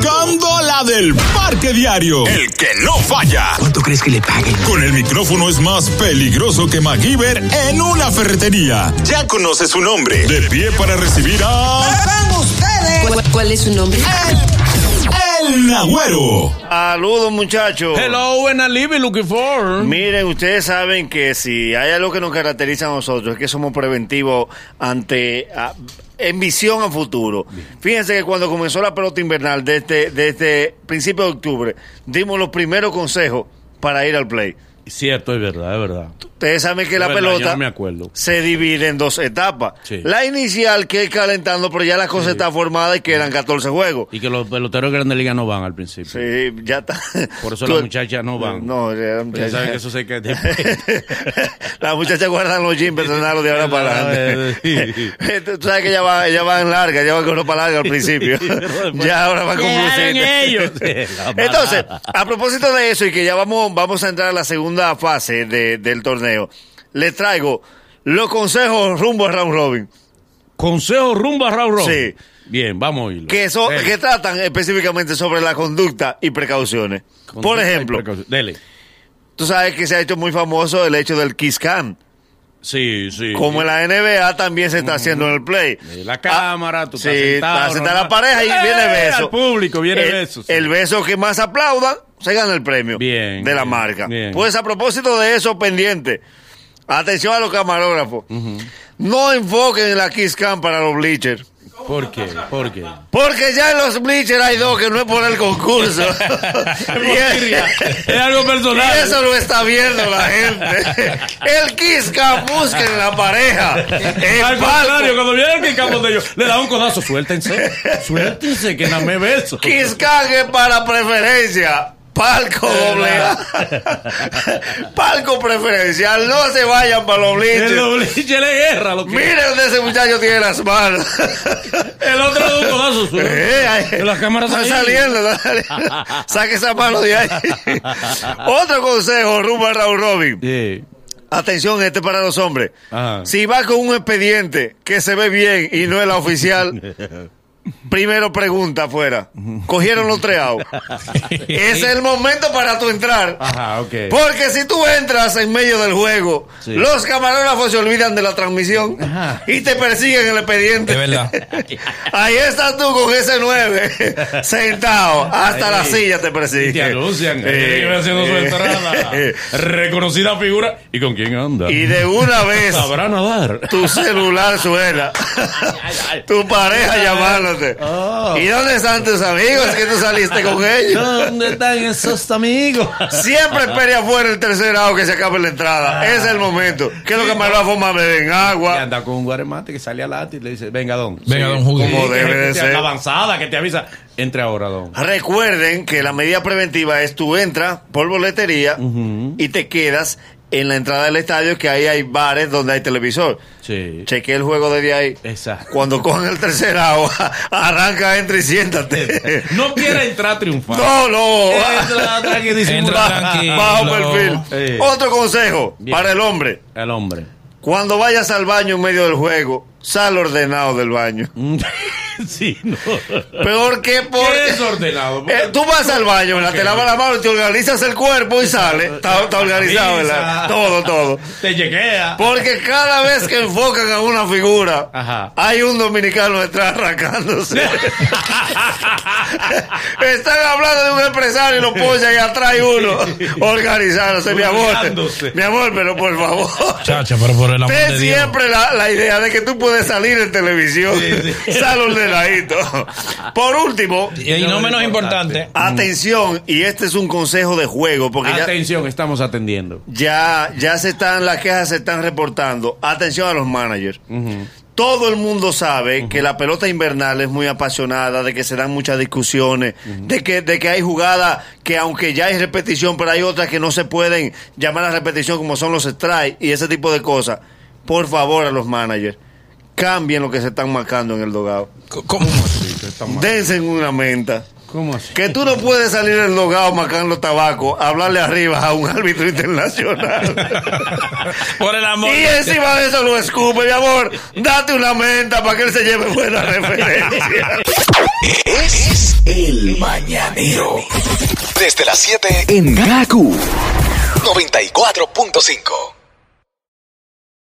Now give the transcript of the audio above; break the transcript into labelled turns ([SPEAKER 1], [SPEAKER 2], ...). [SPEAKER 1] Sacándola del parque diario. El que no falla.
[SPEAKER 2] ¿Cuánto crees que le paguen?
[SPEAKER 1] Con el micrófono es más peligroso que MacGyver en una ferretería. Ya conoce su nombre. De pie para recibir a.
[SPEAKER 3] ¿Cuál, cuál es su nombre?
[SPEAKER 1] El Nagüero.
[SPEAKER 4] Saludos, muchachos.
[SPEAKER 5] Hello, and I live looking for.
[SPEAKER 4] Miren, ustedes saben que si hay algo que nos caracteriza a nosotros es que somos preventivos ante a- en visión a futuro. Fíjense que cuando comenzó la pelota invernal desde, desde este principio de octubre, dimos los primeros consejos para ir al play.
[SPEAKER 5] Cierto, es verdad, es verdad.
[SPEAKER 4] Ustedes saben que la
[SPEAKER 5] verdad,
[SPEAKER 4] pelota
[SPEAKER 5] yo no me acuerdo.
[SPEAKER 4] se divide en dos etapas.
[SPEAKER 5] Sí.
[SPEAKER 4] La inicial que es calentando, pero ya la cosa está formada y quedan 14 juegos.
[SPEAKER 5] Y que los peloteros de Grandes Ligas no van al principio.
[SPEAKER 4] Sí, ya está.
[SPEAKER 5] Por eso
[SPEAKER 4] Tú-
[SPEAKER 5] las muchachas no van. Pues
[SPEAKER 4] No, ya las
[SPEAKER 5] Ya
[SPEAKER 4] muchachas.
[SPEAKER 5] saben que eso se queda.
[SPEAKER 4] Las muchachas guardan los jeans personales de ahora para
[SPEAKER 5] Ah, eh,
[SPEAKER 4] adelante. Tú sabes que ya van, ya van largas, ya van con ropa larga al principio.
[SPEAKER 5] pues,
[SPEAKER 4] ya ahora van con
[SPEAKER 5] Llegaron
[SPEAKER 4] blusita.
[SPEAKER 5] ellos.
[SPEAKER 4] Entonces, a propósito de eso y que ya vamos, vamos a entrar a la segunda fase de- del torneo, les traigo los consejos rumbo a Round Robin,
[SPEAKER 5] consejo rumbo a Raúl Robin.
[SPEAKER 4] Sí.
[SPEAKER 5] Bien, vamos a oírlo.
[SPEAKER 4] que, so-
[SPEAKER 5] Dele.
[SPEAKER 4] que tratan específicamente sobre la conducta y precauciones. Por
[SPEAKER 5] Conducta y
[SPEAKER 4] ejemplo,
[SPEAKER 5] precaución. Dele.
[SPEAKER 4] tú sabes que se ha hecho muy famoso el hecho del kiss cam.
[SPEAKER 5] Sí, sí.
[SPEAKER 4] Como en la NBA también se está haciendo en el play.
[SPEAKER 5] Eh, la cámara, tú
[SPEAKER 4] sí,
[SPEAKER 5] estás sentado,
[SPEAKER 4] está sentada la
[SPEAKER 5] normal.
[SPEAKER 4] pareja y
[SPEAKER 5] ¡Eh!
[SPEAKER 4] viene beso.
[SPEAKER 5] Al público viene
[SPEAKER 4] el,
[SPEAKER 5] beso, sí.
[SPEAKER 4] El beso que más aplaudan se gana el premio
[SPEAKER 5] Bien,
[SPEAKER 4] de la
[SPEAKER 5] bien,
[SPEAKER 4] marca.
[SPEAKER 5] bien.
[SPEAKER 4] Pues a propósito de eso, pendiente. Atención a los camarógrafos. No enfoquen la Kiss Cam para los bleachers.
[SPEAKER 5] ¿Por qué? ¿Por qué?
[SPEAKER 4] Porque ya en los bleachers hay dos que no es por el concurso. Y es-
[SPEAKER 5] Es algo personal.
[SPEAKER 4] y eso lo está viendo la gente. El Kiss Cam busca en la pareja. En
[SPEAKER 5] Al
[SPEAKER 4] palco.
[SPEAKER 5] contrario, cuando viene el que campo de ellos, le da un codazo, suéltense, suéltense, que no me beso.
[SPEAKER 4] Kiss Cam es para preferencia. Palco doble A. Palco preferencial. No se vayan para los
[SPEAKER 5] El
[SPEAKER 4] bleachers.
[SPEAKER 5] doble le guerra, lo que.
[SPEAKER 4] Miren dónde ese muchacho tiene las manos.
[SPEAKER 5] El otro da un codazo, suéltense.
[SPEAKER 4] Eh, ay,
[SPEAKER 5] Las cámaras
[SPEAKER 4] están
[SPEAKER 5] ahí.
[SPEAKER 4] saliendo. están saliendo. Saque esa mano de ahí. Otro consejo rumbo a Raúl Robin.
[SPEAKER 5] Sí.
[SPEAKER 4] Atención, este es para los hombres.
[SPEAKER 5] Ajá.
[SPEAKER 4] Si va con un expediente que se ve bien y no es la oficial, primero pregunta afuera. ¿Cogieron los tres outs? es el momento para tú entrar.
[SPEAKER 5] Ajá, ok.
[SPEAKER 4] Porque si tú entras en medio del juego,
[SPEAKER 5] Sí.
[SPEAKER 4] los camarógrafos se olvidan de la transmisión
[SPEAKER 5] Ajá.
[SPEAKER 4] y te persiguen el expediente.
[SPEAKER 6] Es verdad.
[SPEAKER 4] Ahí estás tú con ese 9, sentado. Hasta la silla te persiguen.
[SPEAKER 5] Te anuncian, eh, que va haciendo su
[SPEAKER 4] eh,
[SPEAKER 5] entrada. Reconocida figura. ¿Y con quién anda?
[SPEAKER 4] Y de una vez
[SPEAKER 5] Sabrá nadar.
[SPEAKER 4] tu celular suena, tu pareja llamándote. ¿Y dónde están tus amigos que tú saliste con ellos?
[SPEAKER 5] ¿Dónde están esos amigos?
[SPEAKER 4] Siempre espere afuera el tercer lado que se acabe la entrada. Ese es el momento. Que los camarógrafos más beben
[SPEAKER 5] Y
[SPEAKER 4] agua.
[SPEAKER 5] anda con un guaremate que sale al arte y le dice, venga, don.
[SPEAKER 6] Venga, don Julio.
[SPEAKER 4] Como
[SPEAKER 5] que-
[SPEAKER 4] debe de
[SPEAKER 5] que te-
[SPEAKER 4] ser.
[SPEAKER 5] la avanzada que te avisa. Entre ahora, don.
[SPEAKER 4] Recuerden que la medida preventiva es tú entras por boletería y te quedas en la entrada del estadio que ahí hay bares donde hay televisor.
[SPEAKER 5] Sí.
[SPEAKER 4] Chequea el juego desde ahí.
[SPEAKER 5] Exacto.
[SPEAKER 4] Cuando cojan el tercer agua, arranca, entra y siéntate.
[SPEAKER 5] No quiera entrar triunfante.
[SPEAKER 4] No, no.
[SPEAKER 5] Entra, tranqui,
[SPEAKER 6] Entra
[SPEAKER 5] disimulado.
[SPEAKER 6] tranquilo. Oh.
[SPEAKER 4] Bajo perfil.
[SPEAKER 5] Sí.
[SPEAKER 4] Otro consejo
[SPEAKER 5] Bien.
[SPEAKER 4] para el hombre.
[SPEAKER 5] El hombre.
[SPEAKER 4] Cuando vayas al baño en medio del juego, sal ordenado del baño.
[SPEAKER 5] Mm. Sí, no.
[SPEAKER 4] Peor que por...
[SPEAKER 5] ¿Qué desordenado?
[SPEAKER 4] Eh, tú vas al baño, ¿verdad? Te lavas la mano, te organizas el cuerpo y sale. Está, está organizado, ¿verdad?
[SPEAKER 5] Organiza.
[SPEAKER 4] Todo, todo.
[SPEAKER 5] Te lleguea.
[SPEAKER 4] Porque cada vez que enfocan a una figura,
[SPEAKER 5] Ajá.
[SPEAKER 4] hay un dominicano detrás arrancándose. Están hablando de un empresario y lo ponen ahí atrás hay uno organizándose, mi amor.
[SPEAKER 5] Organizándose.
[SPEAKER 4] Mi amor, pero por favor.
[SPEAKER 6] Chacha, pero por el amor
[SPEAKER 4] Ten
[SPEAKER 6] de Dios.
[SPEAKER 4] siempre la, la idea de que tú puedes salir en televisión. Sal ordenadito. Por último,
[SPEAKER 6] Y no menos importante.
[SPEAKER 4] atención, y este es un consejo de juego, porque ya,
[SPEAKER 5] Atención, estamos atendiendo.
[SPEAKER 4] ya, ya se están, las quejas se están reportando. Atención a los managers. Todo el mundo sabe que la pelota invernal es muy apasionada, de que se dan muchas discusiones, de, que, de que hay jugadas que aunque ya hay repetición, pero hay otras que no se pueden llamar a repetición como son los strikes y ese tipo de cosas. Por favor a los managers, cambien lo que se están marcando en el dogado.
[SPEAKER 6] ¿Cómo así?
[SPEAKER 4] Dense en una menta.
[SPEAKER 5] ¿Cómo así?
[SPEAKER 4] Que tú no puedes salir del logado marcando tabaco, hablarle arriba a un árbitro internacional.
[SPEAKER 6] Por el amor.
[SPEAKER 4] y encima de eso lo escupe, mi amor. Date una menta para que él se lleve buena referencia.
[SPEAKER 2] Es el El Mañanero. Desde las 7 en Gaku 94.5.